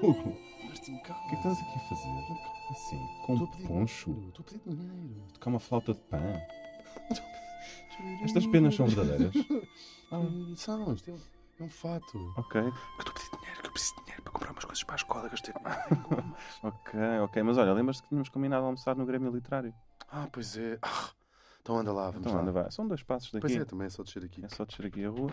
Hugo, Martim, o que é que estás aqui a fazer? Assim, com Estou um a pedir poncho, dinheiro. Estou a pedir dinheiro. tocar uma flauta de pão. Estas penas são verdadeiras? Ah, São, isto é um, é um fato. Ok, Porque estou a pedir dinheiro, que eu preciso de dinheiro para comprar umas coisas para a escola, gastei demais. ok, ok. Mas olha, lembras-te que tínhamos combinado a almoçar no Grêmio Literário? ah, pois é. Ah, então anda lá, vamos Então lá. anda, vai. São dois passos daqui. Pois é, também é só descer aqui. É só descer aqui a rua.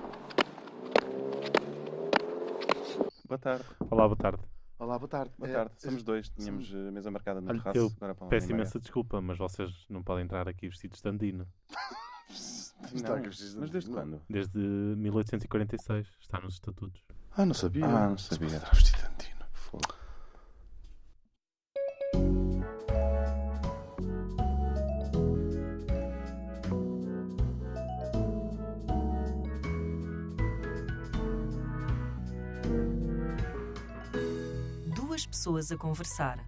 Boa tarde. Olá, boa tarde. Olá, boa tarde. Boa É, tarde. este- Somos dois. Tínhamos a mesa marcada no Olha, terraço. eu Agora para uma Peço hora e meia. imensa desculpa, mas vocês não podem entrar aqui vestidos de andino. é, Está Não, com estes- Mas desde não. quando? Desde 1846, está nos estatutos. Ah, não sabia. Ah, não Se sabia. pode entrar vestido de andino. Fogo. Duas pessoas a conversar,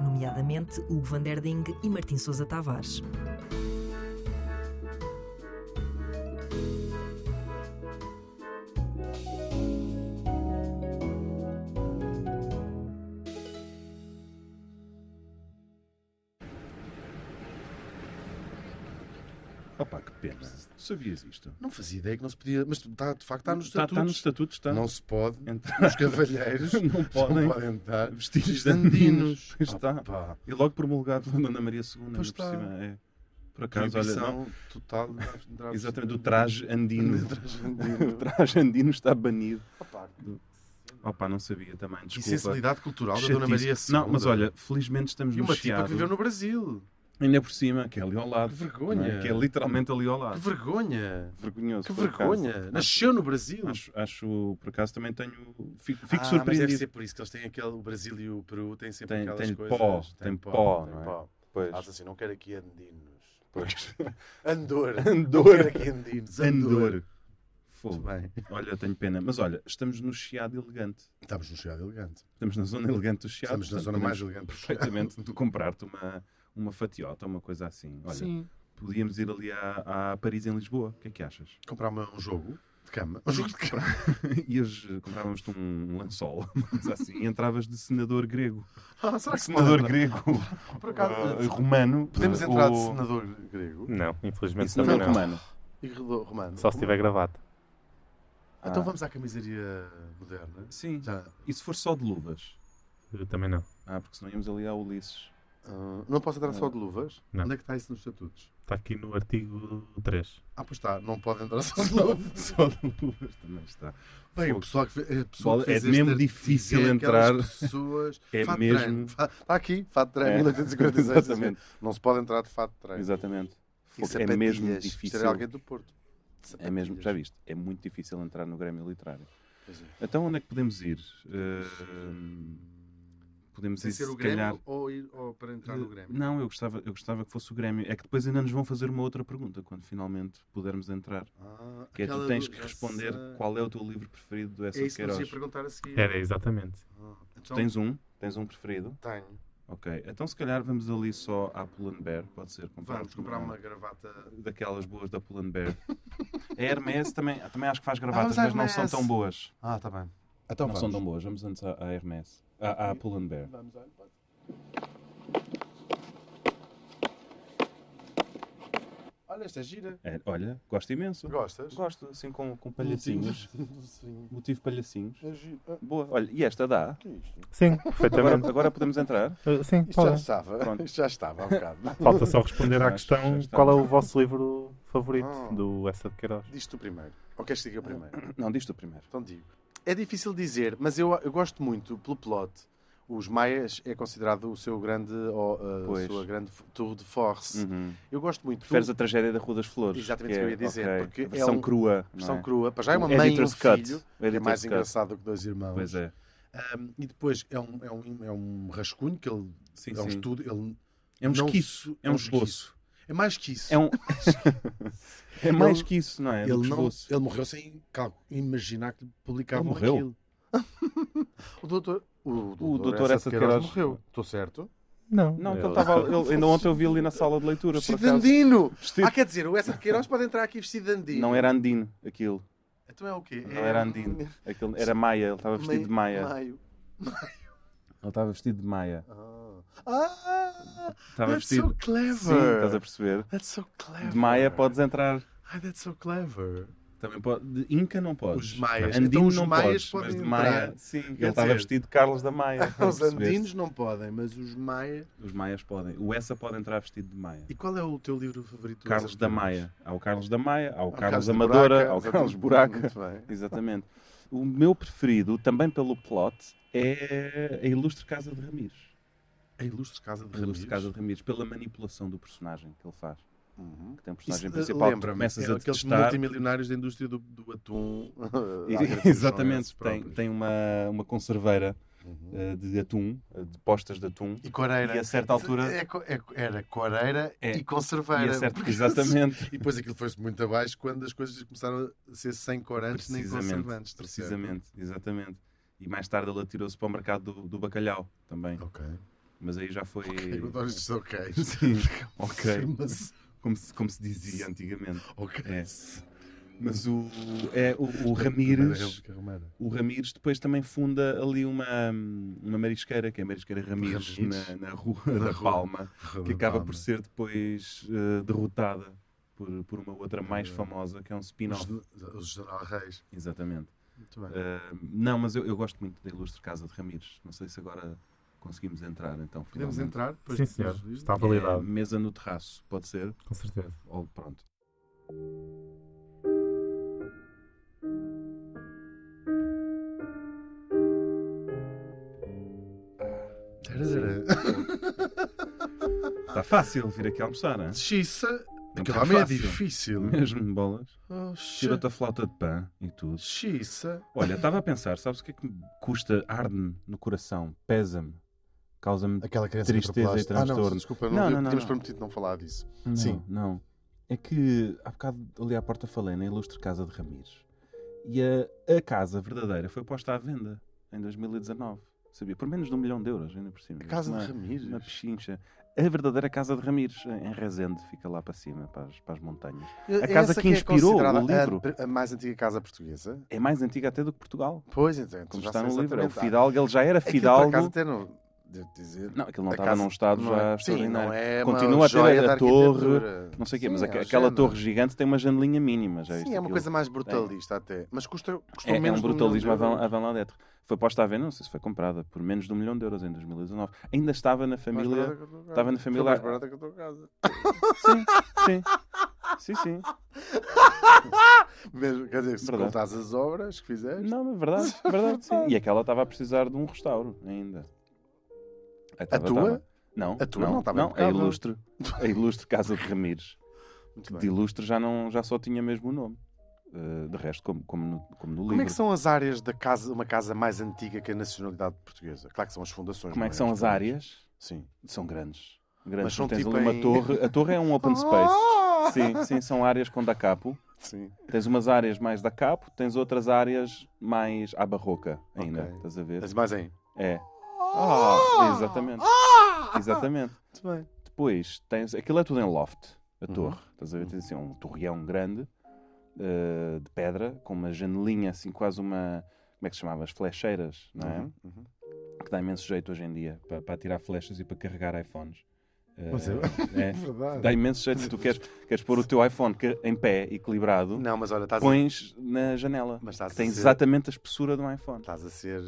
nomeadamente Hugo van der Ding e Martim Sousa Tavares. Opa, que pena. Sabias isto? Não fazia ideia que não se podia. Mas está, de facto está nos Está, estatutos. está nos estatutos, está. Não se pode. Entrar. Os cavalheiros não podem. não podem estar Vestidos de andinos. Pois está. Ah, Pá, E logo promulgado pela Ana Maria II, ainda Pois por está. cima. É. Por acaso, olha. não- proibição total de entrar Exatamente, vestido o de traje andino. andino. Traje o andino. traje andino está banido. Opa, que Opa, não sabia também. Desculpa. Sensibilidade cultural da Dona Chatice. Maria II. Não, mas olha, felizmente estamos E no uma tipa Chiado. que viveu no Brasil. Ainda por cima, que é ali ao lado. Que vergonha. não é? Que é literalmente ali ao Que lado. vergonha. Vergonhoso. Que por acaso. vergonha. Nasceu no Brasil. Acho, acho, por acaso, também tenho. Fico, Ah, fico Mas deve surpreendido. ser por isso que eles têm aquele. O Brasil e o Peru têm sempre Tem- aquelas tem coisas. pó, tem pó, não é? Pois. Ah, assim, não quero aqui andinos. Pois. Andor. Andor. Não quero aqui andinos. Andor. Andor. Fogo. bem. Olha, tenho pena. Mas olha, estamos no Chiado elegante. Estamos no Chiado elegante. Estamos na zona elegante do Chiado. Estamos na portanto, zona mais podemos elegante do Chiado. Perfeitamente. Tu comprar-te uma, uma fatiota, uma coisa assim. Olha, Sim. podíamos ir ali à, à Paris em Lisboa. O que é que achas? Comprar uma- um jogo de cama. Um jogo de cama. Ias, eh, comprávamos-te um lençol, uma coisa assim, e entravas de senador grego. Ah, será que se senador pode? grego Por acaso, eh, romano. Podemos eh, entrar de ou- senador grego Não, e infelizmente senador também não. romano. e redo- romano. Só se tiver gravata. Ah, Então vamos à camisaria moderna. Sim. Já. E se for só de luvas? Eu também não. Ah, porque senão íamos ali à Ulisses. Ah, não posso entrar só de luvas? Não. Onde é que está isso nos estatutos? Está aqui no artigo 3. Ah, pois está, não pode entrar só de luvas. Só de luvas também está. Bem, o Fogo. pessoal que fez, a pessoa Pessoal, que fez é este mesmo artigo difícil é aquelas entrar. Pessoas, É fato de mesmo. treino. Fa- Está aqui, fato de treino, É. 1846. Exatamente. Não se pode entrar de fato de treino. Exatamente. E Fogo, É mesmo sapatilhas. Isto era difícil. alguém do Porto. É mesmo, já Sapatilhas. viste? É muito difícil entrar no Grêmio Literário. Pois é. Então onde é que podemos ir? Ehm, podemos Sem ir ser se o calhar. eh, Grêmio ou, ir, ou para entrar no Grêmio. Não, eu gostava, eu gostava que fosse o Grêmio. É que depois ainda nos vão fazer uma outra pergunta quando finalmente pudermos entrar. Ah, Que é tu aquela tens do- que já responder sei. qual é o teu livro preferido do É S.A. isso que eu ia Queiroz. perguntar a seguir. Era, exatamente. Ah, então, Tens um? Tens um preferido? Tenho. Ok. Então se calhar vamos ali só à Pull&Bear, pode ser. um Vamos é? comprar uma gravata. daquelas boas da Pull&Bear. A Hermes também, também acho que faz gravatas, Vamos mas à não são Ah, Hermès. tão boas. Ah, está bem. Então não são tão boas. Vamos antes à, à Hermes. À, à Pull&Bear. Olha, esta é gira. É, olha, gosto imenso. Gostas? Gosto, assim, com, com palhacinhos. Sim. Motivo palhacinhos. É giro. Ah, Boa. Olha, e esta dá? o que é isto? Sim, Agora, perfeitamente. agora podemos entrar? Uh, Sim, Isto já podem. estava. Pronto. Isto já estava há um bocado. Falta só responder à Acho que já questão está. Oh. qual é o vosso livro favorito Ah. do Essa de Queiroz. Diz tu primeiro. Ou queres que diga eu primeiro? Não, diz tu primeiro. Então digo. É difícil dizer, mas eu, eu gosto muito pelo plot. Os Maias é considerado o seu grande, ou, ah, a Pois. sua grande f- tour de force. Uhum. Eu gosto muito. Preferes Tu- a tragédia da Rua das Flores? é Exatamente o que eu ia dizer, ok, porque a versão é um- crua. não versão é? crua. Para já é uma O mãe e um Editor's Cut. filho. O É mais Editor's Cut. engraçado que dois irmãos. Pois é. Um, e depois é um, é um, é um rascunho que ele Sim, é um sim. estudo. Ele É um não- esquiço. É um esboço. É mais que isso. É um... é mais Ele- que isso, não é? Do que ele, não, esboço. ele morreu sem cal- imaginar que lhe publicavam Ele morreu? aquilo. o doutor. O doutor, doutor Essa Essa de Queiroz. morreu. Estou certo? Não. Não, que eu- ele estava. ele- Ainda ontem eu vi ali na sala de leitura. por Vestido de acaso. andino! Vestido- Ah, quer dizer, o Essa de Queiroz pode entrar aqui vestido de andino. Não era andino aquilo. Então é o quê? Não É era um- andino. Aquilo era maia, ele estava vestido meio- de maia. Maio. Ele estava vestido de maia. Ah, ah Estava that's so vestido. clever. Sim, estás a perceber? That's so clever. De maia podes entrar. Ah, that's so clever. Também pode. De Inca não podes. Os maias. Andino Então os não maias podes, podem mas de entrar. maia, sim. Ele Quer estava dizer, vestido de Carlos da Maia. Os percebeste? andinos não podem, mas os maias. Os maias podem. O Essa pode entrar vestido de maia. E qual é o teu livro favorito? do Carlos Zé da Antunes? Maia. Há o Carlos da Maia, há o Ao Carlos Ah, de Amadora, Buraca, há o exatamente. Carlos Buraca. Muito bem. Exatamente. O meu preferido, também pelo plot, é a Ilustre Casa de Ramires. A Ilustre Casa de A Ilustre Ramires. Casa de Ramires, pela manipulação do personagem que ele faz. Uhum. Que tem um personagem Isso, eh, principal que tu lembra-me, começas é a aqueles detestar. multimilionários da indústria do, do atum. E- Há gratuitos, são esses Exatamente, tem, próprios. tem uma, uma conserveira Uhum. eh, de atum, eh, de postas de atum, E coreira. e a certa altura. É co- é- era coreira É. e conserveira. e a certa- porque- exatamente, E depois aquilo foi-se muito abaixo quando as coisas começaram a ser sem corantes nem Precisamente, conservantes. tá certo? precisamente, exatamente. E mais tarde ele atirou-se para o mercado do, do bacalhau também. Ok. Mas aí já foi. Eu adoro estes ok. Sim, ok. Mas- Como se, como se dizia antigamente. ok. É. Mas o, é, o, o Primeira Ramires. República Romana. O Ramires depois também funda ali uma, uma marisqueira, que é a Marisqueira Ramires, Ramires. Na, na Rua Na da Rua. Palma, que Roda acaba palma. por ser depois eh, derrotada por, por uma outra mais Verdade. famosa, que é um spin-off. Os- Os General Reis. Exatamente. Muito bem. Eh, não, mas eu, eu gosto muito da ilustre Casa de Ramires. Não sei se agora conseguimos entrar, então. Podemos finalmente. entrar? depois Sim, de- senhor. depois de- Está É, validado. mesa no terraço, pode ser? É. Com certeza. Ou pronto. Tararara. Está Tá fácil vir aqui almoçar, não é? Xiça. Não Aquele tá homem é fácil. difícil. Mesmo bolas. Oh, Tirou-te a flauta de pã e tudo. Xiça. Olha, estava a pensar, sabes o que é que me custa, arde-me no coração, pesa-me, causa-me. Aquela criança que Tristeza atropelaste. e Ah, não, transtorno. desculpa, Não, não, não, não, tínhamos não. prometido não falar disso. Não, Sim. Não. É que há bocado ali à porta falei na ilustre casa de Ramires e a, a casa verdadeira foi posta à venda em 2019. Sabia? Por menos de um milhão de euros, ainda por cima. A casa uma, de Ramires. Uma pechincha. A verdadeira casa de Ramires, em Rezende, fica lá para cima, para as, para as montanhas. É casa essa que inspirou considerada o livro. A, a mais antiga casa portuguesa. É mais antiga até do que Portugal. Pois então, Como já está sei no livro, é o exatamente. Fidalgo, ele já era Aquilo, por Fidalgo. acaso, até não. Devo dizer. Não, aquilo não a estava casa num estado não já é- Sim, extraordinário. não é uma Continua a ter joia a da torre, arquitetura. Não sei o quê, Sim, mas é aque- o aquela género. torre gigante tem uma janelinha mínima. Já isto, Sim, é uma aquilo- coisa mais brutalista até. Mas custa, custa É, é menos um de milhão brutalismo de euros. avant avant la lettre. Foi posta à venda, não sei se foi comprada, por menos de um milhão de euros em 2019. Ainda estava na Mais família. barata que a tua casa. estava na Foi família- mais barata que a tua casa. Sim, sim. Sim, sim. Mesmo, quer dizer, se Verdade. contares as obras que fizeste. Não, mas verdade, é verdade, sim. E aquela estava a precisar de um restauro ainda. A Estava- tua? estava- Não, A tua não estava Não, a impecável. ilustre. A ilustre Casa de Ramires. Muito que bem. de ilustre já, não, já só tinha mesmo o nome. Eh, de resto, como, como, no, como no livro. Como é que são as áreas da casa, uma casa mais antiga que a nacionalidade portuguesa? Claro que são as fundações. Como é não que são as Portanto, áreas? Sim. São grandes. grandes. Mas são tens tipo ali uma em- torre. A torre é um open space. Ah! Sim, sim, são áreas com da capo. Sim. Tens umas áreas mais da capo, tens outras áreas mais à barroca ainda. Ok. Estás a ver? Mas mais em. É. Ah, exatamente. Exatamente. Muito bem. Depois tens. Aquilo é tudo em loft, a Uhum. torre. Estás a ver? Tens assim um torreão grande eh, de pedra, com uma janelinha, assim, quase uma. Como é que se chamava? As flecheiras, não é? Uhum, uhum. Que dá imenso jeito hoje em dia para, para tirar flechas e para carregar iPhones. Eh, Pois é. é. Verdade. Dá imenso jeito. Se tu queres, queres pôr o teu iPhone que- em pé, equilibrado, Não, mas olha, estás a- pões na janela. Mas estás que a tem ser- exatamente a espessura de um iPhone. Estás a ser.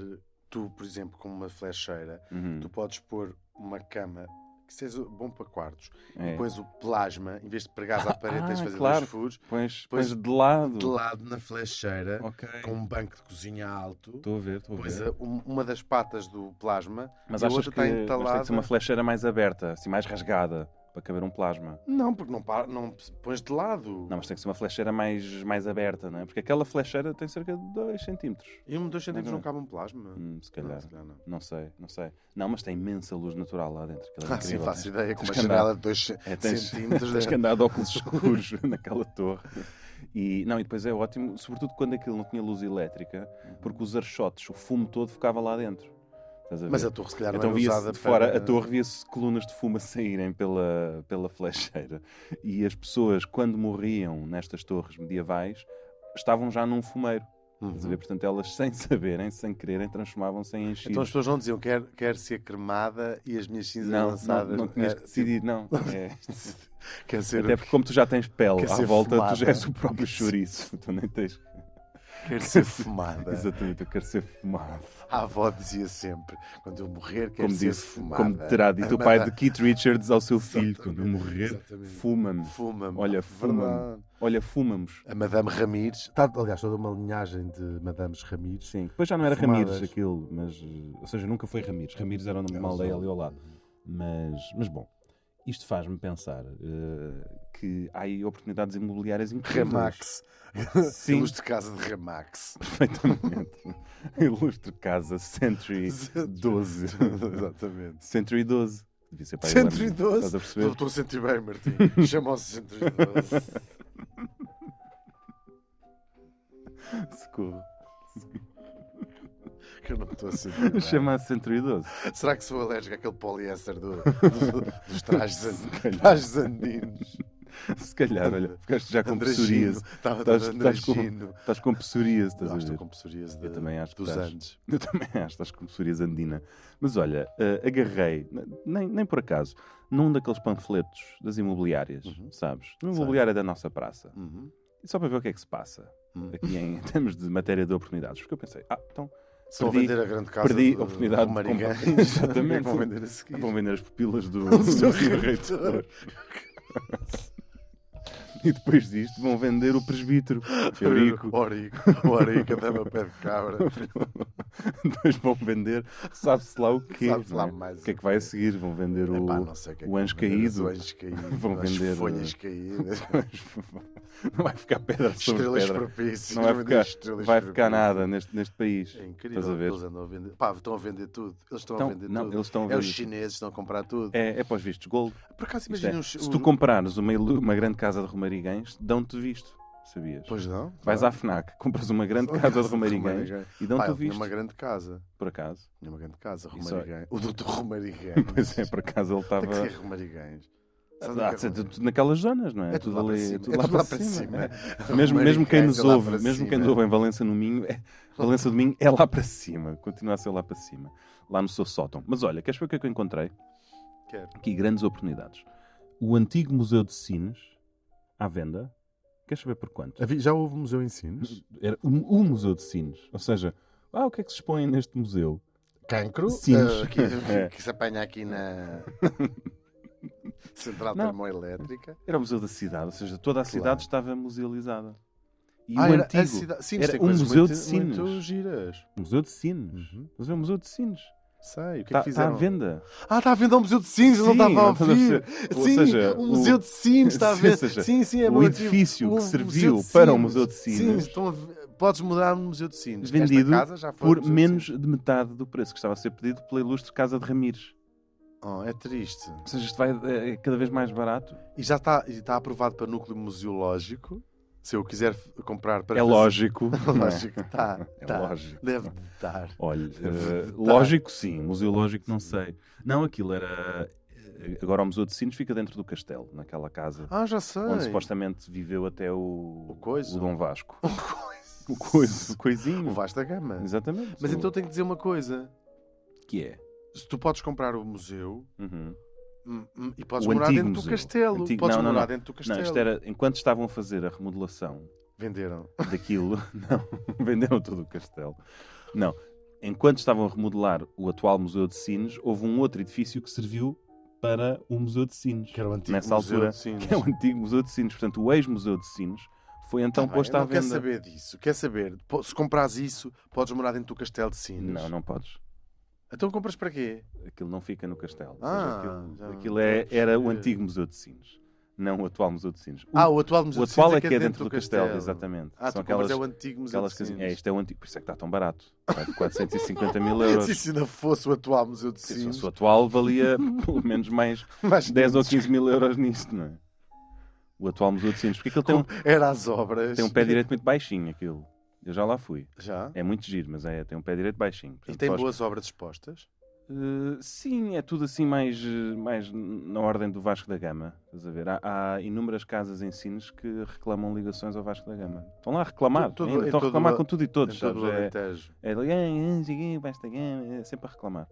Tu, por exemplo, como uma flecheira, Uhum, tu podes pôr uma cama que seja bom para quartos. é. Pões o plasma, em vez de pregares à parede, tens de ah, fazer claro. dois furos, Pões, pões pões de lado. de lado na flecheira, Ok. com um banco de cozinha alto. Estou a ver, estou a Pões ver. a- um- uma das patas do plasma Mas e tá a achas outra que, está mas tem que entalada. ser uma flecheira mais aberta, assim, mais rasgada, para caber um plasma. Não, porque não, pa- não pões de lado. Não, mas tem que ser uma flecheira mais, mais aberta, não é? Porque aquela flecheira tem cerca de 2 centímetros. E um dois centímetros não Não. cabe um plasma. Hum, se Não, calhar. se calhar não. Não sei, não sei. Não, mas tem imensa luz natural lá dentro. aquilo é Ah, sim, incrível. faço ideia. Com Tens uma que andar. janela de 2 É, tens, centímetros. tens que andar de óculos escuros naquela torre. E, não, e depois é ótimo, sobretudo quando aquilo não tinha luz elétrica, porque os archotes, o fumo todo ficava lá dentro. Estás a ver? Mas a torre, se calhar, então não era via-se usada de fora para... a torre, via-se colunas de fumo a saírem pela, pela flecheira. E as pessoas, quando morriam nestas torres medievais, estavam já num fumeiro. Uhum. Estás Então a ver? Portanto, elas sem saberem, sem quererem, transformavam-se em enchidos. Então as pessoas não diziam quer, quer ser cremada e as minhas cinzas não, não, lançadas. não tinhas É, que decidir, não. É, tipo, quer ser, até porque como tu já tens pele Quer à ser volta, fumada. tu já és o próprio chouriço. Tu nem tens... quer ser fumada. Exatamente, eu quero ser fumado. A avó dizia sempre: quando eu morrer, quero como, ser disse, fumada. como terá dito o pai de Amada. Keith Richards ao seu filho, Exatamente, quando eu morrer, exatamente. fuma-me. Fuma-me. Olha, fuma-me. Verdade. Olha, fumamos. A Madame Ramires. Tá, aliás, toda uma linhagem de Madames Ramires. Sim, depois já não era Fumadas. Ramires aquilo, mas. eh, Ou seja, nunca foi Ramires. Ramires era o nome É um de uma aldeia ali ao lado. Mas, mas bom, isto faz-me pensar eh, que há aí oportunidades imobiliárias incríveis. Ramax. Sim, Luz de casa de Ramax. perfeitamente. Ilustre casa Century 12. Exatamente. Century 12. Devia ser para a Irlanda. 112. Estás a perceber? Estou sentindo bem, Martim. Chama-se 112. Socorro. Que eu não estou a sentir bem. Chama-se Century 12. Será que sou alérgico àquele poliéster do- do- dos trajes, an- trajes andinos? Se calhar, olha, ficaste já com Andragino. psoríase. Estava Estás- estava estás com- Andragino. Estás com psoríase, estás a Eu acho que ver? estou com psoríase de- Eu também acho que dos estás. Andes. Eu também acho, estás com psoríase andina. Mas olha, eh, agarrei, n- nem, nem por acaso, num daqueles panfletos das imobiliárias, Uhum. sabes? Numa Sei. imobiliária da nossa praça. Uhum. E só para ver o que é que se passa Hum. aqui em termos de matéria de oportunidades. Porque eu pensei, ah, então Estão a Perdi- vender a grande casa perdi do- a oportunidade de do Maringá. comprar. Exatamente. Vão vender a seguir. vão vender as pupilas do, O do senhor senhor reitor. reitor. E depois disto vão vender o presbítero. é Eurico. O Orico. O Orico, a dama pé de cabra. Depois vão vender, sabe-se lá o quê. Sabe-se lá não é? mais O que é que o vai a quê. seguir? Vão vender o. Epá, não sei o que é o que anjo vão vender, caído. O anjo caído. Vão as vender, folhas eh, caídas. não vai ficar pedra sobre Estrelas pedra. propícias. Não vai vender ficar- estrelas Vai ficar propícias. nada neste, neste país. É incrível. Estás a ver? Eles andam a vender. Pá, estão a vender tudo. Eles estão Então, a vender não, tudo. eles estão a É os vender. chineses que estão a comprar tudo. É, é para os vistos gold. Por acaso, Isto é, imagina um chi- se tu um- comprares uma, ilu- uma grande casa de Romariguens, dão-te visto. Sabias? Pois não? Vais à Claro. FNAC, compras uma grande casa de Romariguens e Pá, dão-te o ele tinha visto. uma grande casa. Por acaso. Tinha uma grande casa, Isso Romariguém. O doutor Romariguém. Pois é, por acaso ele Tem que estava. ser Romariguéns. Sabe Ah, o tudo- que é Romariguém? tudo naquelas zonas, não é? É tudo lá para ali- cima. tudo É lá tudo lá para para cima. é. Mesmo, mesmo quem Romariguéns nos é lá ouve, para mesmo quem cima. nos ouve em Valença no Minho, é- Valença do Minho é lá para cima, continua a ser lá para cima, lá no seu sótão. Mas olha, queres ver o que é que eu encontrei? Quero. Aqui grandes oportunidades. O antigo Museu de Sines à venda. Queres saber por quanto? Havia- Já houve um museu em Sines? Era o, o Museu de Sines, ou seja, ah, o que é que se expõe neste museu? Cancro? Sinos. eh, que, É. que se apanha aqui na Central Não. Termoelétrica. Era o Museu da Cidade, ou seja, toda a cidade estava musealizada. E o Ah, era, antigo a cida- Sinos era tem um coisas museu muito- de Sinos. Muito giras. Museu de Sines. Uhum. Mas é o Museu de Sines. Sei, o que Está é que fizeram? à Tá- venda. Ah, está à venda ao Museu de Sinos, eu não Sim, estava a não estás a ouvir. Ou Sim, seja, o o- Museu de Sinos está à Sim, venda. ou seja, Sim, sim, é o bom, tipo, edifício o que Museu de serviu para o Sinos. Museu de Sinos Sim, estão a ver- podes mudar no Museu de Sinos. Esta Vendido casa já foi um por Museu de menos Sinos. de metade do preço que estava a ser pedido pela ilustre Casa de Ramires. Oh, é triste. Ou seja, isto vai é, é cada vez mais barato. E já está, e está aprovado para núcleo museológico. Se eu quiser f- comprar para é fazer- lógico. É não é? lógico, está. É tá. lógico. Deve estar. Olha, eh, Tá. lógico sim, museu lógico não sei. Não, aquilo era... eh, Agora o Museu de Sinos fica dentro do castelo, naquela casa Ah, já sei. onde supostamente viveu até o, O coiso. o Dom Vasco. O coisa. O coiso, o coisinho. O Vasta Gama. Exatamente. Mas O- então tenho que dizer uma coisa. que é? Se tu podes comprar o museu, Uhum. Hum, hum, E podes O morar antigo dentro do museu. castelo. Antigo- Podes não, não, morar não. dentro do castelo. Não, isto era enquanto estavam a fazer a remodelação Venderam. daquilo, não, venderam todo o castelo. Não, enquanto estavam a remodelar o atual Museu de Sines, houve um outro edifício que serviu para o Museu de Sines, Que era o antigo. nessa altura, que é o antigo Museu de Sines. Portanto, o ex-Museu de Sines foi então posto à Tá não quer venda. saber disso. Quer saber? Po- Se compras isso, podes morar dentro do castelo de Sines. Não, não podes. Então compras para quê? Aquilo não fica no castelo. Ou seja, Ah, aquilo já- aquilo já é, era o percebi. antigo Museu de Sines, não o atual Museu de Sines. O, Ah, o atual museu o de Sines atual é que é dentro do castelo, exatamente. Ah, tu São compras aquelas é o antigo museu Aquelas de Sines. casinhas. É, isto é um antigo. Por isso é que está tão barato. Está de 450 mil euros. Se isso ainda fosse o atual museu de Se Sines. fosse o atual, valia pelo menos mais mas 10 ou 15 mil euros nisto, não é? O atual Museu de Sines. Porque aquilo tem um, Era as obras. tem um pé direito muito baixinho, aquilo. Eu já lá fui. Já? É muito giro, mas é, tem um pé direito baixinho. E Portanto, tem só os- boas obras expostas? Eh, sim, é tudo assim mais, eh, mais na ordem do Vasco da Gama. Estás a ver? Há, há inúmeras casas em Sines que reclamam ligações ao Vasco da Gama. Estão lá a reclamar. Em todo- ainda em estão a todo reclamar o- com tudo e todos. em todo sabes? o É- Alentejo. É, de, "Ah, ah, cheguei, Vasco da Gama", é sempre a reclamar.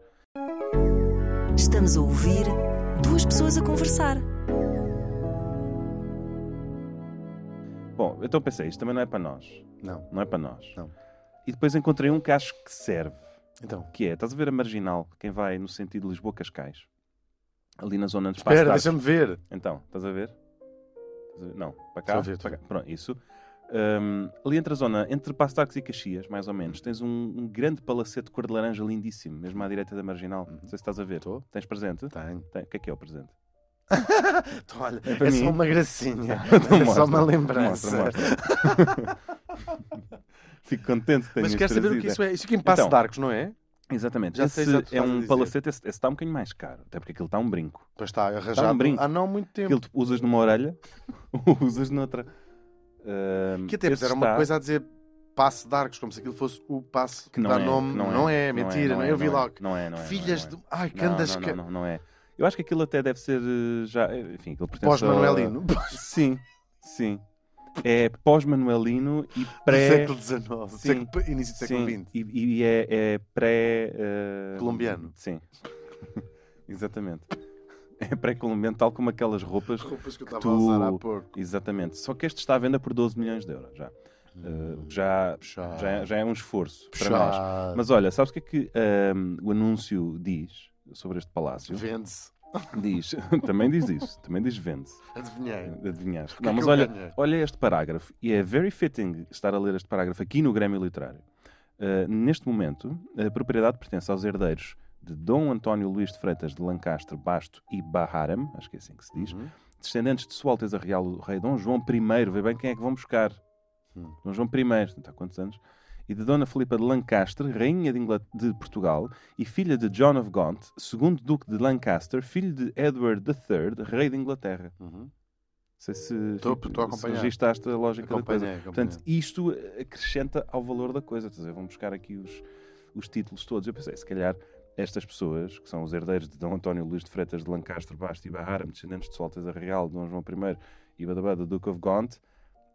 Estamos a ouvir duas pessoas a conversar. Bom, então pensei, isto também não é para nós. Não. Não é para nós. Não. E depois encontrei um que acho que serve. Então, Que é, estás a ver a Marginal, quem vai no sentido de Lisboa-Cascais? Ali na zona dos espera, Passos de Arcos. deixa-me ver. Então, estás a ver? Estás a ver? Não, para cá. Só ver, para só cá. Pronto, isso. Hum, ali entre a zona, entre Pastarques e Caxias, mais ou menos, tens um, um grande palacete de cor de laranja lindíssimo, mesmo à direita da Marginal. Uhum. Não sei se estás a ver. Estou? Tens presente? Tenho. Tem. O que é que é o presente? Então, olha, É para é, mim. só uma gracinha. Então é mostra, só uma lembrança. mostra, mostra. Fico contente que tenhas Mas quero saber o que isso é. Isso aqui em Passo Então. de Arcos, não é? Exatamente. Já esse sei exato o que é estás a um dizer. palacete, esse, esse está um bocadinho mais caro, até porque aquilo está um brinco. Pois está, Dá arranjado um brinco. há não muito tempo. Aquilo tu usas numa orelha, usas noutra. Hum, Que até esse fizeram está- uma coisa a dizer Passo de Arcos, como se aquilo fosse o passo que não dá é, nome. que não, é, não mentira, não é? Eu vi não lá. Não é, não é. não é, Filhas não é. de. Ai, que Não, andas. não, não, não, não é. Eu acho que aquilo até deve ser eh, já. eh, Enfim, aquilo pertence ao- Pós-Manuelino. Sim, sim. É pós-manuelino e Pré... pré. Século XIX, Sim. século- início do século Sim, XX. e, e é, é pré. eh, Colombiano. Sim. Exatamente. É pré-colombiano, tal como aquelas roupas. roupas que eu que estava tu- a usar há pouco. Exatamente. Só que este está à venda por 12 milhões de euros já. Eh, o que já, Puxado. já, é- já é um esforço para nós. Puxado. Mas olha, sabes o que é que ahm, o anúncio diz sobre este palácio? Vende-se. Diz, também diz isso, também diz vende-se. Adivinhei. Adivinhaste. O que Não, é que mas eu olha, ganhei? olha este parágrafo, e é very fitting estar a ler este parágrafo aqui no Grêmio Literário. Ah, neste momento, a propriedade pertence aos herdeiros de Dom António Luís de Freitas de Lancaster, Basto e Baharam, acho que é assim que se diz, Uhum. descendentes de Sua Alteza Real, o Rei Dom João I, vê bem quem é que vão buscar. Hum. Dom João I, não está há quantos anos? E de Dona Filipa de Lancaster, Rainha de, Ingla- de Portugal, e filha de John of Gaunt, segundo Duque de Lancaster, filho de Edward III, Rei de Inglaterra. Uhum. Não sei se, Estou- fico- estou a se acompanhar. registaste a lógica da coisa. Acompanhei, Portanto, isto acrescenta ao valor da coisa. Estás a ver? Vão buscar aqui os, os títulos todos. Eu pensei, se calhar estas pessoas, que são os herdeiros de Dom António Luís de Freitas de Lancaster, Basto e Baharam, descendentes de Sua Alteza Real, Dom João I e Badabada, Duke of Gaunt,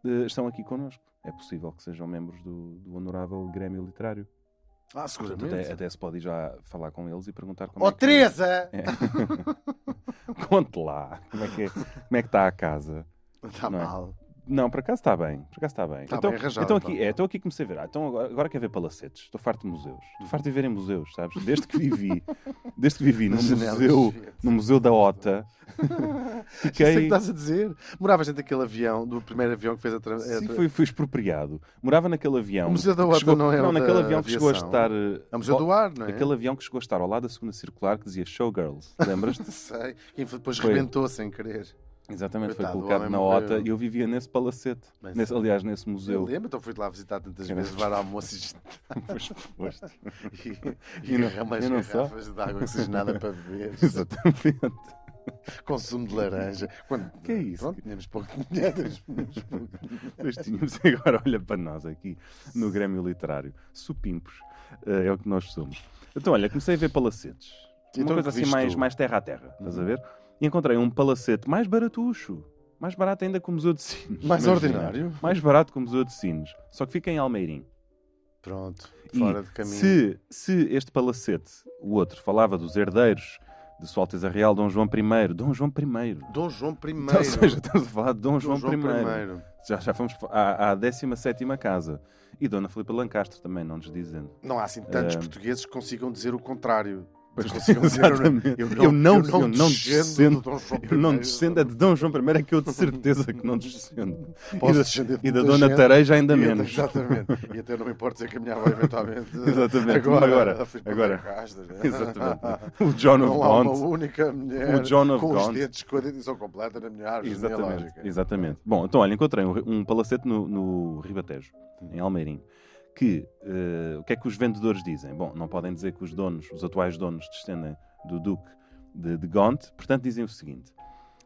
eh, estão aqui connosco. É possível que sejam membros do, do honorável Grêmio Literário. ah, Portanto, seguramente. até, até se pode ir já falar com eles e perguntar como Oh, é que... Teresa! É. Conte lá, como é, que, como é que está a casa? Está Não é? Tá mal. Não, por acaso está bem. Por acaso está bem. Está então, bem arranjado, então aqui, então. é, então aqui comecei a ver. Ah, então agora, agora quero ver palacetes. Estou farto de museus. Estou farto de viver em museus, sabes? Desde que vivi, desde que vivi no Nas janelas, museu, via-se. no museu da OTA, Sei o é que fiquei. estás a dizer. Moravas dentro daquele avião, do primeiro avião que fez a. Tra... Sim, a tra- fui, fui expropriado. Morava naquele avião. é O museu da que OTA chegou- não é o Não, naquele da avião que chegou a aviação. estar. eh, É o Museu ao- do Ar, não é? Aquele avião que chegou a estar ao lado da segunda circular que dizia Showgirls. Lembras-te? Sei. E depois Foi. rebentou sem querer. Exatamente, Coitado, foi o colocado homem na morreu. OTA e eu vivia nesse palacete. Bem, Nesse- aliás, nesse Eu museu. lembro, então fui lá visitar tantas Sim. vezes, levar almoços Pois foste. e, E e não- ramas e não só? garrafas de água oxigenada para beber. Exatamente. Consumo de laranja. Quando, Que é isso? Pronto, tínhamos pouco dinheiro. tínhamos pouco dinheiro. Pois tínhamos agora, olha para nós aqui no Grêmio Literário. Supimpos. eh, é o que nós somos. Então, olha, comecei a ver palacetes. Então, Uma o Uhum. coisa que assim viste mais, tu? mais terra a terra, estás a ver? E encontrei um palacete mais baratucho. Mais barato ainda que o Museu de Sines. Mais imagina. ordinário. Mais barato que o Museu de Sines. Só que fica em Almeirim. Pronto, E fora de caminho. Se, se este palacete, o outro, falava dos herdeiros de Sua Alteza Real, Dom João I, Dom João I. Dom João I. Então, Ou seja, estamos a falar de Dom, Dom João, I. I. Já, já fomos à, à 17 casa. E Dona Filipa Lancaster também, não nos dizendo. Não há assim tantos Ah. portugueses que consigam dizer o contrário. Pois, Que consigam dizer, eu não- exatamente. eu não, Eu não- eu não do Dom João Eu não I. descendo, é de Dom João I é que eu de certeza que não descendo. Posso e da, descender de e da muita Dona gente. Tareja ainda E até- menos. Exatamente. E até não me importa dizer que a minha avó eventualmente. Exatamente. Agora, a Filipa agora. Lancaster, né? Exatamente. O John of Não há uma Gaunt. única mulher O John of com Gaunt. os dedos com a dedição completa na minha árvore Exatamente, genealógica. exatamente. Bom, então olha, encontrei um, um palacete no, no Ribatejo, Hum. em Almeirim, que eh, o que é que os vendedores dizem? Bom, não podem dizer que os donos, os atuais donos, descendem do Duque de, de Gaunt, portanto dizem o seguinte: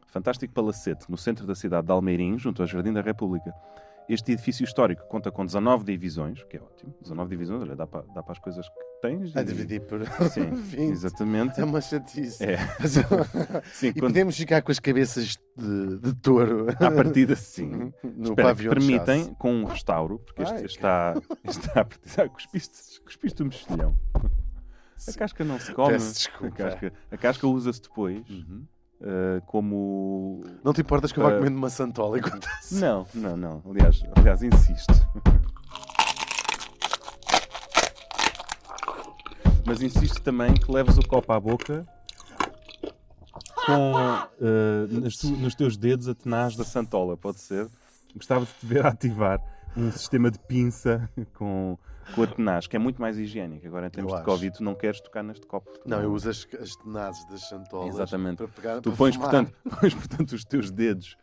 fantástico palacete no centro da cidade de Almeirim, junto ao Jardim da República. Este edifício histórico conta com 19 divisões, que é ótimo. 19 divisões, olha, dá para, dá para as coisas que tens. A e- dividir por Sim, 20. exatamente. É uma chatice. É. Mas eu- Sim, E quando, podemos ficar com as cabeças de, de touro à partida, sim. no Espera, que pavião de permitem chasse. com um restauro, porque este Ai, está, está a precisar. Cuspiste, cuspiste um mexilhão. A casca não se come. Peço A desculpa. Uhum. casca, a casca usa-se depois eh, como. Não te importas que eu vá Eh, comendo uma santola enquanto assim? Não, não, não. Aliás, aliás insisto. Mas insisto também que leves o copo à boca com, eh, nas tu- nos teus dedos a tenaz da santola, pode ser? Gostava de te ver ativar um sistema de pinça com, com a tenaz, que é muito mais higiênico. Agora, em termos de acho. Covid, tu não queres tocar neste copo. Não, eu uso as, as tenazes das santolas Exatamente. para pegar Tu para pões fumar. portanto, pões, portanto, os teus dedos,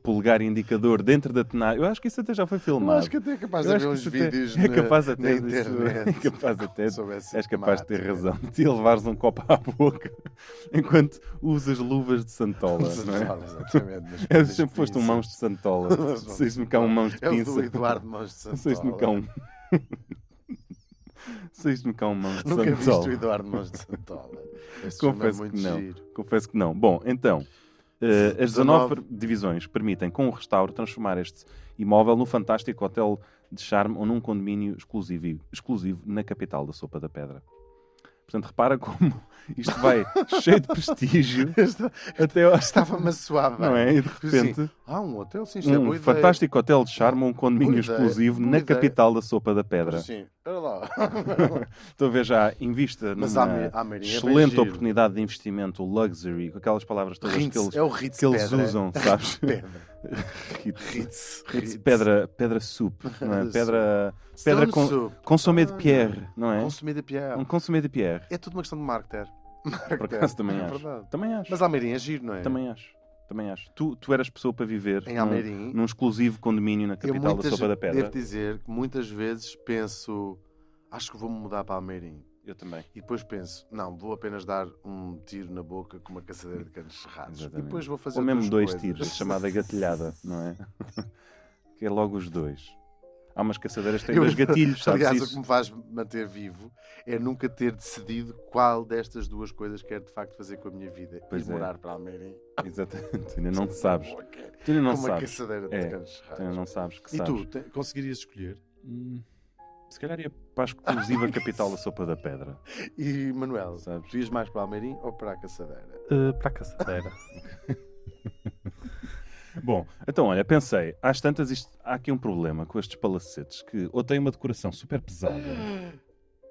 polegar e indicador, dentro da tenaz. Eu acho que isso até já foi Eu filmado. acho que até é capaz Eu de acho haver que uns isso até- vídeos é na- capaz na, até disso, internet. é capaz até- sobre essa És capaz de ter temática. razão de te levares um copo à boca enquanto usas luvas de santola, não é? Santola, exatamente. mas É depois sempre foste um isso. mãos de santola. Seis no cão, um mãos de É o do pinça. Eduardo Mãos de Santola. Seis no cão. Seis no cão, um mãos de Nunca viste o santola. Eduardo Mãos de Santola. Esse filme é Confesso muito que não. giro. Confesso que não. Bom, então, eh, as 19 per- divisões permitem, com o restauro, transformar este imóvel num fantástico hotel de charme ou num condomínio exclusivo, exclusivo na capital da Sopa da Pedra. Portanto, repara como isto vai cheio de prestígio Esta- até ao... Estava-me a suar bem. Não é? E de Porque assim, repente, Ah, um hotel, sim, isto é boa um ideia. fantástico hotel de charme ou um condomínio Boa ideia, exclusivo boa na ideia. capital da Sopa da Pedra. Sim, olha lá. Estou a ver já, invista Mas numa à me- à Maria é bem excelente giro. oportunidade de investimento, luxury, com aquelas palavras todas que Ritz, eles é o Ritz que eles Pedra. usam, sabes? Pedra. Ritz. Ritz. Ritz, Pedra, pedra soup, não é? Soup. Pedra, Stone pedra com, Soup. consomé Ah, de pierre, não é? Consumida Pierre. Um consomé de pierre, É tudo uma questão de marketer. por acaso também é acho. verdade. Também acho, Mas Almeirim é giro, não é? também acho, também acho. Tu, tu eras pessoa para viver Em num- Almeirim. num, exclusivo condomínio na Hum, eu capital da muitas- Sopa da Pedra. Devo dizer que muitas vezes penso, acho que vou-me mudar para Almeirim. Eu também. E depois penso, não, vou apenas dar um tiro na boca com uma caçadeira de canos cerrados. E Exatamente. depois vou fazer Ou mesmo outras dois coisas. tiros, chamada gatilhada, não é? que é logo os dois. Há umas caçadeiras que têm Eu- dois gatilhos, sabes Aliás, o que isso? me faz manter vivo é nunca ter decidido qual destas duas coisas quero de facto fazer com a minha vida. Pois e é. morar para Almeirim. Exatamente, ainda não sabes. Boa, que é. Tu ainda não com uma sabes. caçadeira de É. canos Tu ainda cerrados. não sabes que E sabes. tu, te- conseguirias escolher? Hum, Se calhar ia para a exclusiva capital da sopa da pedra. E Manuel, Sabes? tu ias mais para Almeirim ou para a caçadeira? Eh, para a caçadeira. Bom, então olha, pensei, às tantas isto- há aqui um problema com estes palacetes que ou têm uma decoração super pesada, Hum.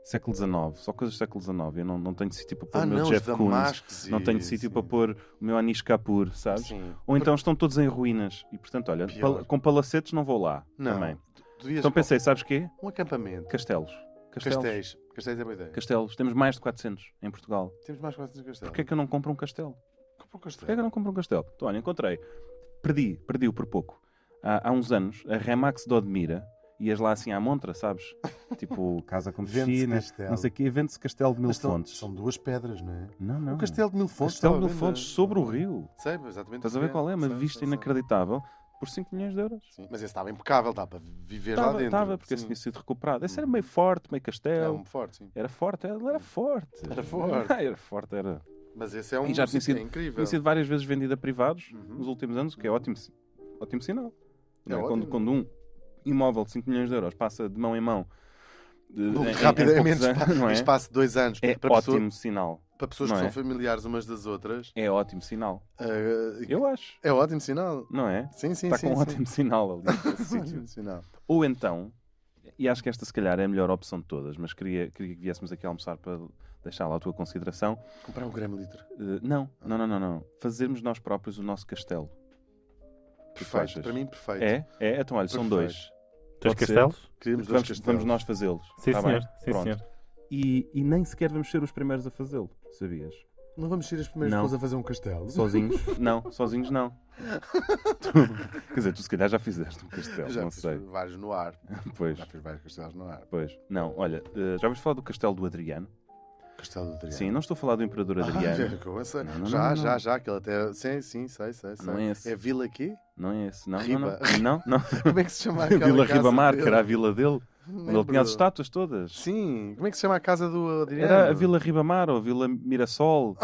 século XIX, só coisas do século XIX. Eu não, não tenho sítio para pôr ah, o meu não, os Jeff Koons, damascos. não e- tenho sítio sim. para pôr o meu Anish Kapoor, sabes? Sim. Ou então estão todos em ruínas e portanto, olha, Pior. pala- com palacetes não vou lá Não. também. Tu devias Então pensei, sabes quê? Um acampamento. Castelos. Castelos. Castelos. Castelos é boa ideia. Castelos. Temos mais de 400 em Portugal. Temos mais quase nos castelos. Porquê é que eu não compro um castelo? Compra Porquê um é que eu castelo. não compro um castelo? Então, olha, encontrei. Perdi, perdi-o por pouco. Há, há uns anos, a Remax de Odmira, ias lá assim à montra, sabes? Tipo, casa com Vende-se piscina, castelo. não sei o quê, vende-se Castelo de Mil Mas são, Fontes. são duas pedras, não é? Não, não. O Castelo de Mil Fontes. Castelo estava de à Mil venda. Fontes sobre o rio. Sei, exatamente. Estás a ver qual é? Uma vista inacreditável por 5 milhões de euros. Sim, Mas esse estava impecável, dá para viver lá Estava, dentro. estava, porque Sim. esse tinha sido recuperado. Esse era Uhum. meio forte, meio é castelo. um forte, sim. Era forte, ele era forte. Era forte. Ah, era forte, era. Mas esse é um E já tinha sítio- sido- é incrível. Tinha sido várias vezes vendido a privados Uhum. nos últimos anos, o que é ótimo, si- ótimo sinal. É Não é? quando, ótimo. quando um imóvel de 5 milhões de euros passa de mão em mão de- em- em- em poucos Rapidamente, anos, em não é? espaço de dois anos, é para, pessoa- ótimo sinal. para pessoas não que é? são familiares umas das outras, É ótimo sinal. eh, Eu acho, é ótimo sinal. não é? Sim, sim, Está sim. com um sim. ótimo sinal ali nesse sítio. Ótimo sinal. Ou então, e acho que esta se calhar é a melhor opção de todas, mas queria, queria que viéssemos aqui almoçar para deixá-la à tua consideração. Comprar um grama litro. Eh, não, não, não, não, não. Fazermos nós próprios o nosso castelo. é Perfeito. achas? Para mim, perfeito. É? É? Então, olha, são Perfeito. dois. Dois Pode ser. castelos? Queríamos dois Vamos, vamos castelos. nós fazê-los. Sim, Tá senhor. bem? Sim, Pronto. senhor. E, e nem sequer vamos ser os primeiros a fazê-lo, sabias? Não vamos ser as primeiras Não. pessoas a fazer um castelo. Sozinhos? não, sozinhos não. Tu- quer dizer, tu se calhar já fizeste um castelo, Já não fiz sei. vários no ar. Pois, Já fiz vários castelos no ar. pois. Não, olha, eh, já vamos falar do castelo do Adriano. Castelo Adriano. Sim, não estou a falar do Imperador Ah, Adriano. já, com essa- Não, não, já, não, não, já, não. já. aquele até. Sim, sim, sei, sei. sei. Não é esse. Vila quê? Não é esse. Não, não, Riba. não. não, não. Como é que se chama aquela Vila casa Ribamar, dele? que era a vila dele. Lembro. Onde ele tinha as estátuas todas. Sim, como é que se chama a casa do Adriano? Era a Vila Ribamar, ou a Vila Mirassol,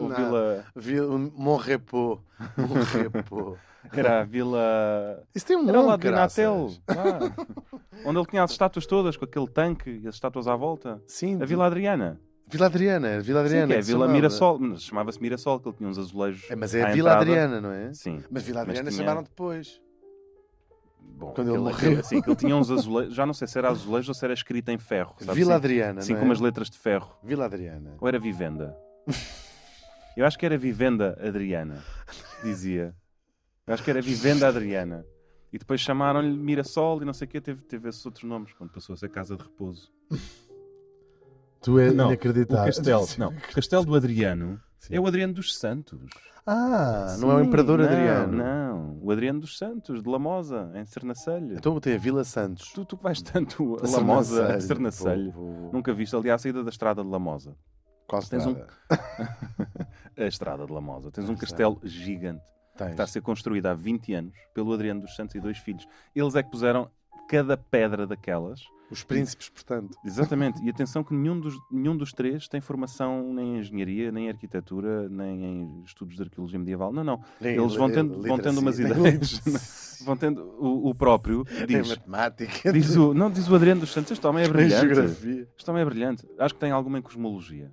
ou Não, Vila... Vila... Monrepô. Monrepô. Era a Vila... Isso tem um Era nome, lá de caraças. Natel. Onde ele tinha as estátuas todas, com aquele tanque e as estátuas à volta. Sim, A Vila Adriana. Vila Adriana. Vila Adriana. Sim, que é a se Vila chamava. Mirassol. Não, Chamava-se Mirassol, que ele tinha uns azulejos. É, mas é a à Vila entrada. Adriana, não é? Sim. Mas Vila Mas Adriana tinha- chamaram depois. Bom, Quando ele aquele- morreu. aquele- Sim, que ele tinha uns azulejos. Já não sei se era azulejo ou se era escrita em ferro. sabe, Vila assim? Adriana, Sim, não é? com umas letras de ferro. Vila Adriana. Ou era vivenda? Eu acho que era vivenda Adriana, dizia. Eu acho que era vivenda Adriana. E depois chamaram-lhe Mirassol e não sei o quê, teve, teve esses outros nomes, quando passou a ser Casa de Repouso. Tu é Não, inacreditável. O castelo, não, o castelo do Adriano Sim. é o Adriano dos Santos. Ah, não é o Sim, Imperador não, Adriano. Não, o Adriano dos Santos, de Lamosa, em Sernancelho. Então tem a Vila Santos. Tu, tu que vais tanto a Lamosa, a Sernancelho. Vou- vou- Nunca viste ali à saída da estrada de Lamosa. Qual tens um- estrada? A estrada de Lamosa. Tens um Sim. castelo gigante. Tens. está a ser construída há 20 anos pelo Adriano dos Santos e dois filhos. Eles é que puseram cada pedra daquelas. Os príncipes, portanto. Exatamente. E atenção que nenhum dos, nenhum dos três tem formação nem em engenharia, nem em arquitetura, nem em estudos de arqueologia medieval. Não, não. Eles vão tendo- vão tendo umas ideias. Vão tendo o, o próprio Tem diz. matemática, diz o, não, diz o Adriano dos Santos, este homem é tem brilhante. geografia. Este homem é brilhante. Acho que tem alguma em cosmologia.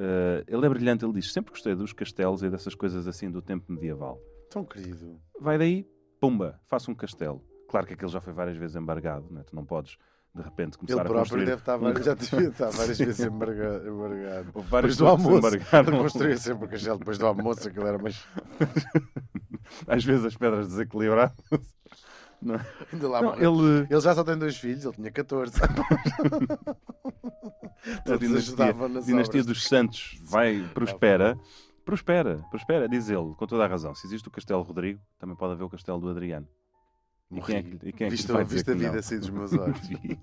Eh, ele é brilhante, ele diz, sempre gostei dos castelos e dessas coisas assim do tempo medieval. Tão querido. vai daí, pumba, faça um castelo. Claro que aquele já foi várias vezes embargado, não é? tu não podes de repente começar Ele a próprio construir. deve estar um- várias, já devia estar várias vezes embarga- embargado. Houve vários Depois do outros que almoço, embargaram. Ele construía sempre o castelo depois do almoço, aquilo era mais. Às vezes as pedras desequilibradas. Ainda lá Não, morreu. ele Ele já só tem dois filhos, ele tinha 14. a Todos dinastia, ajudavam nas dinastia obras. dos Santos vai, Tá prospera, prospera, prospera, diz ele, com toda a razão. Se existe o Castelo Rodrigo, também pode haver o Castelo do Adriano. E quem é que, e quem é que Viste, vai dizer viste a que não? vida assim dos meus olhos. Vi.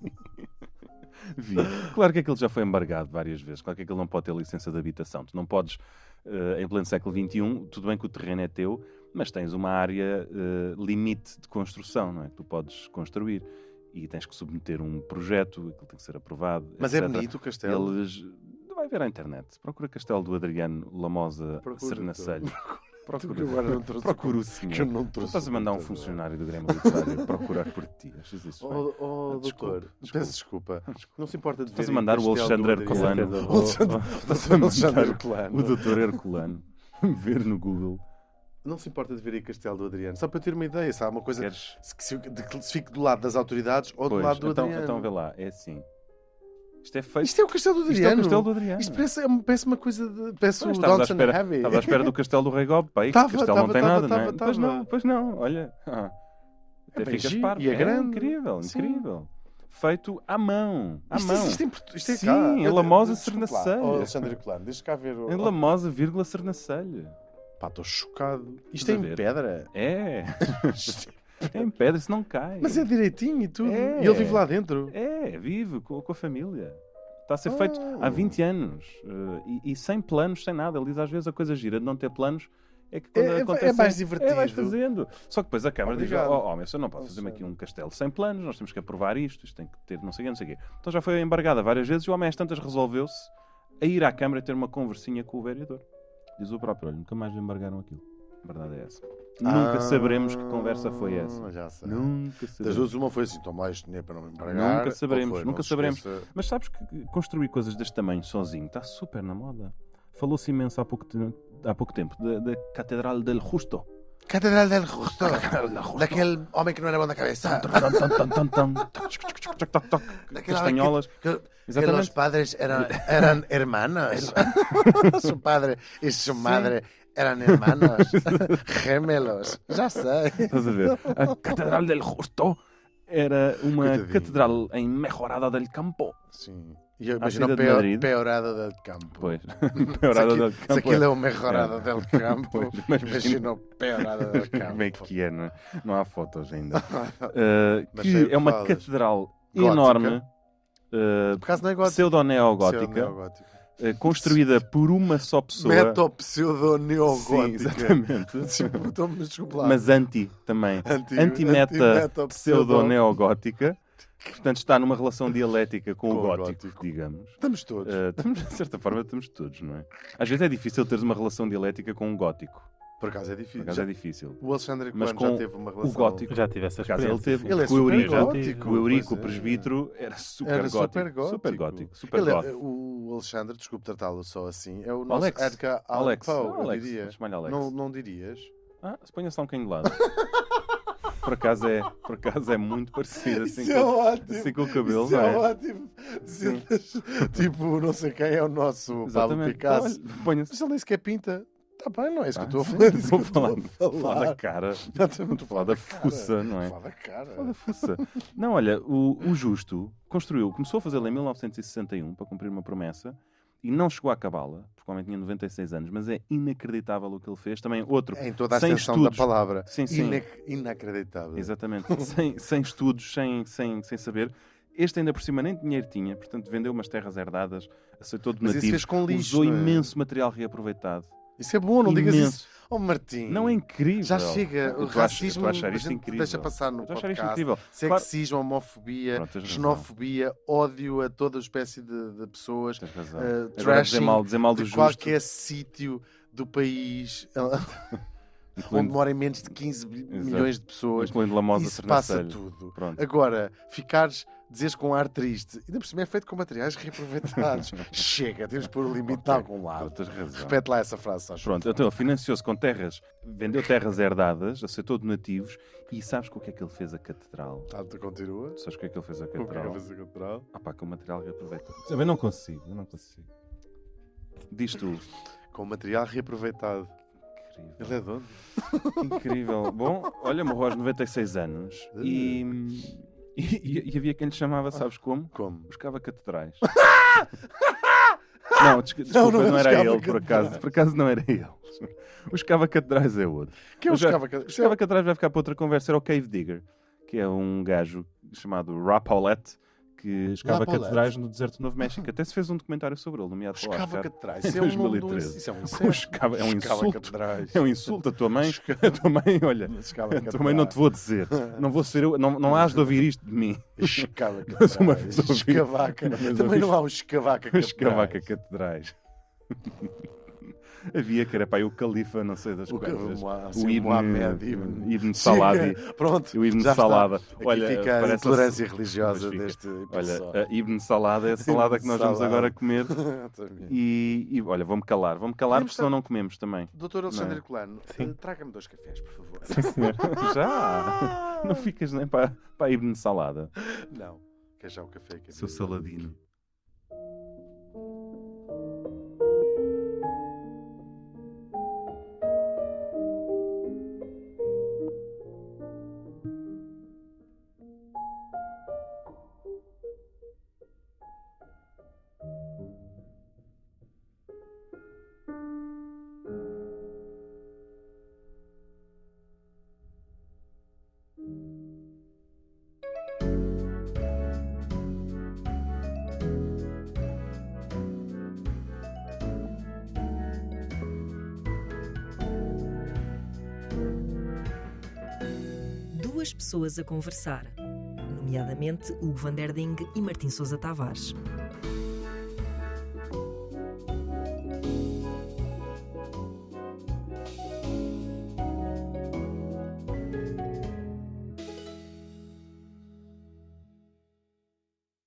Vi. Claro que aquilo já foi embargado várias vezes. Claro que aquilo não pode ter licença de habitação. Tu não podes, eh, em pleno século XXI, tudo bem que o terreno é teu, mas tens uma área eh, limite de construção, não é? Que tu podes construir. E tens que submeter um projeto, aquilo tem que ser aprovado. Mas é etc.. bonito o castelo. Eles. Vai ver à internet. Procura Castelo do Adriano Lamosa Procura, Sernancelho. Tu que agora não trouxe- Procura o senhor. que eu não trouxe Estás a mandar um computador. funcionário do Grêmio Literário procurar por ti. Achas isso? bem? Oh, oh, Desculpe, doutor, peço desculpa. Não se importa de Estás ver a mandar aí o Castelo do Alexandre Herculano. Adriano. Adriano. O Alexandre- Estás a mandar o O Colano. doutor Herculano. Ver no Google. Não se importa de ver aí Castelo do Adriano. Só para eu ter uma ideia, se há uma coisa Queres? se, se, de que se fique do lado das autoridades ou é. do Pois, lado do então, Adriano. então vê lá. É assim. Isto é feito. Isto é o Castelo do Isto Adriano. o castelo do Adriano. Isto parece, é, parece uma coisa de. Pois, Parece o estavas à Downton espera- Abbey. Estava à espera do castelo do Rei Gob. Pá, e Tava, que castelo tava, não tem tava, nada, não é? tava, Pois tava. não, pois não. Olha. Ah, até É bem ficas giro, parvo. e é grande. incrível, Sim. incrível. Feito à mão. À Isto mão. existe em Portu- isto é Sim, cá. em Eu- Lamosa, desculpa lá. Sernancelho. Oh, Alexandre Herculano, deixa cá ver. o- Em Lamosa, vírgula, Sernancelho. Pá, estou chocado. Estás Isto é a em ver? pedra. É. é em pedra, se não cai. Mas é direitinho e tudo. É. E ele vive lá dentro. É, vive com, com a família. Está a ser Ah. feito há 20 anos eh, e, e sem planos, sem nada. Ele diz às vezes a coisa gira de não ter planos. É que quando É- é- é acontece mais isso, divertido. É, vais fazendo. Só que depois a Câmara Obrigado. diz: Ó, oh, meu senhor, não pode fazer-me aqui um castelo sem planos, nós temos que aprovar isto, isto tem que ter não sei o quê, não sei o quê. Então já foi embargada várias vezes e o homem às tantas resolveu-se a ir à Câmara e ter uma conversinha com o vereador. Diz o próprio: olha, nunca mais lhe embargaram aquilo. A verdade é essa. Nunca Ah, saberemos que conversa foi essa. Já sei. Nunca Das saberemos. duas, uma foi assim: toma lá este dinheiro para não me empregar. Nunca saberemos, nunca saberemos. Esqueça... Mas sabes que construir coisas deste tamanho sozinho está super na moda. Falou-se imenso há pouco, te- há pouco tempo da, da Catedral del Justo. Catedral del Justo, daquele homem que não era bom da cabeça. Tan, tan, tan, tan, tan. Toc, toc, toc, toc, toc, toc. Daquela Castanholas. Que, que los Exatamente. padres eran, eran hermanos. su padre y su madre eran hermanos. Gemelos. Ya sé. Estás a ver? A Catedral del Justo era uma Coitadinho. catedral em Mejorada del Campo. Sí. Ha Yo imagino sido de peor- Madrid. peorado del campo. Pois, Mejorada Se aqui- del se Campo. aquilo é um mejorado del campo, Pois, mas imagino peorado del Como é campo. que é, não é? Não há fotos ainda. Uh, Mas sei o que que é uma falas. catedral Gótica. enorme, eh, Por acaso não é gótico. pseudo-neogótica, eh, construída por uma só pessoa. Meto pseudo Sim, neogótica. exatamente. Tipo, Desculpa, lá. Mas anti também. Anti- Anti-meta anti-meta pseudo-neogótica. Portanto, está numa relação dialética com, Com o o gótico, gótico. digamos. Estamos todos. Eh, estamos- de certa forma, estamos todos, não é? Às vezes é difícil teres uma relação dialética com um gótico. Por acaso é Por difícil. acaso é difícil. O Alexandre Mas Coelho já com teve uma relação. gótico. Já tive essa Por acaso ele experiência. teve. Ele é com o super Eurico. gótico. O Eurico, o Pois é. presbítero, era super Era gótico. super gótico. Super gótico. Super Ele é- gótico. o Alexandre, desculpe tratá-lo só assim, é o nosso Alex. Edgar Allan Alex. Poe, não, eu Alex. diria. Chama-lhe Alex. Não, não dirias? Ah, se ponha só um bocadinho de lado. por, acaso é, por acaso é muito parecido assim, Isso é com, ótimo. assim com o cabelo, Isso não é, é? ótimo. Sim. tipo, não sei quem é o é nosso Pablo Exatamente. Picasso. Então, olha, Ponha-se. Mas ele nem sequer pinta. Está bem, não é isso Ah, que eu estou a sim, falar. é isso estou que eu estou falando- Falar da cara. Exatamente, Estou a falar da cara. fuça, não é? Falar da cara. Falar da fuça. Não, olha, o, o Justo construiu, começou a fazê-la em 1961 para cumprir uma promessa e não chegou a acabá-la, porque o homem tinha 96 anos, mas é inacreditável o que ele fez. Também outro. Em toda a Sem extensão estudos. da palavra. Sim, sim. Inac- Inacreditável. Exatamente, sem, sem estudos, sem, sem, sem saber. Este ainda por cima nem dinheiro tinha, portanto vendeu umas terras herdadas, aceitou Mas isso donativos, fez com lixo. usou não é? imenso material reaproveitado. Isso é bom, não digas Imenso. isso. Oh, Martim. Não é incrível. Já chega. Eu O estou a ach- racismo eu estou a achar a isto gente incrível. deixa passar Eu no estou a achar isto podcast. incrível. Sexismo, homofobia, Pronto, tens razão. xenofobia, ódio a toda espécie de, de pessoas, Tens razão. eh, Agora dizer trashing mal, dizer mal do de justo. qualquer sítio do país onde Incluindo, morem menos de 15 bi- Exato. milhões de pessoas. incluindo Lamosa Isso passa Sernancelho. tudo. Pronto. Agora, ficares, dizeres com ar triste, ainda por cima é feito com materiais reaproveitados. Chega, temos de pôr o limite É de Ok, algum lado. Então, Tens razão. Repete lá essa frase, acho. Pronto, então financiou-se com terras, vendeu terras herdadas, aceitou donativos e sabes com o que é que ele fez a catedral? Portanto, continua. Sabes o que é que ele fez a O que é que catedral? fez o catedral? Ah pá, com o material reaproveitado. Também não consigo, eu não consigo. Diz tu. Com material reaproveitado. Ele Incrível. é dono. Incrível. Bom, olha, morreu aos 96 anos e, e, e havia quem lhe chamava, sabes como? Como? Buscava catedrais. Não, desca- desculpa, não, não era buscava ele, por acaso. catedrais. Por acaso não era ele. Buscava catedrais é outro. Quem eu Mas já- buscava? que- um Gostava que atrás vai ficar para outra conversa. Era o Cave Digger, que é um gajo chamado Rapolette, que escava Rapolette? catedrais no deserto do Novo México. Até se fez um documentário sobre ele, nomeado para o Escava Oscar. catedrais. em Isso é um nome de um 2013. isso é um Um incesto. escava- é um Escava insulto. catedrais. É um insulto. A tua mãe, Escava- a tua mãe, olha, Escava a tua mãe não te vou dizer. Não vou ser eu, não, não has de ouvir isto de mim. Escava Mas uma catedrais. vez ouvi- Escavaca. uma vez Também ouvi- não há um escavaca catedrais. Escavaca catedrais. Havia que era para o califa, não sei das O que- coisas. Moa- O assim, Mohamed Ibn, Ibn. Ibn Chega. Saladi. é, Pronto. O Ibn já está. Salada. Aqui Olha, fica a parece- tolerância religiosa Mas fica. deste Olha, episódio. a Ibn Salada é a salada Ibn que nós vamos Salada. agora comer. Exatamente. E, e, olha, vou-me calar, vou-me calar Podemos porque senão não comemos também. Doutor Alexandre Não. é? Colano, Sim. eh, traga-me dois cafés, por favor. Já! Ah! Não ficas nem para, para a Ibn Salada, Não, quer já o café que é seu meu. saladino. Duas pessoas a conversar, nomeadamente Hugo Van Der Ding e Martim Sousa Tavares.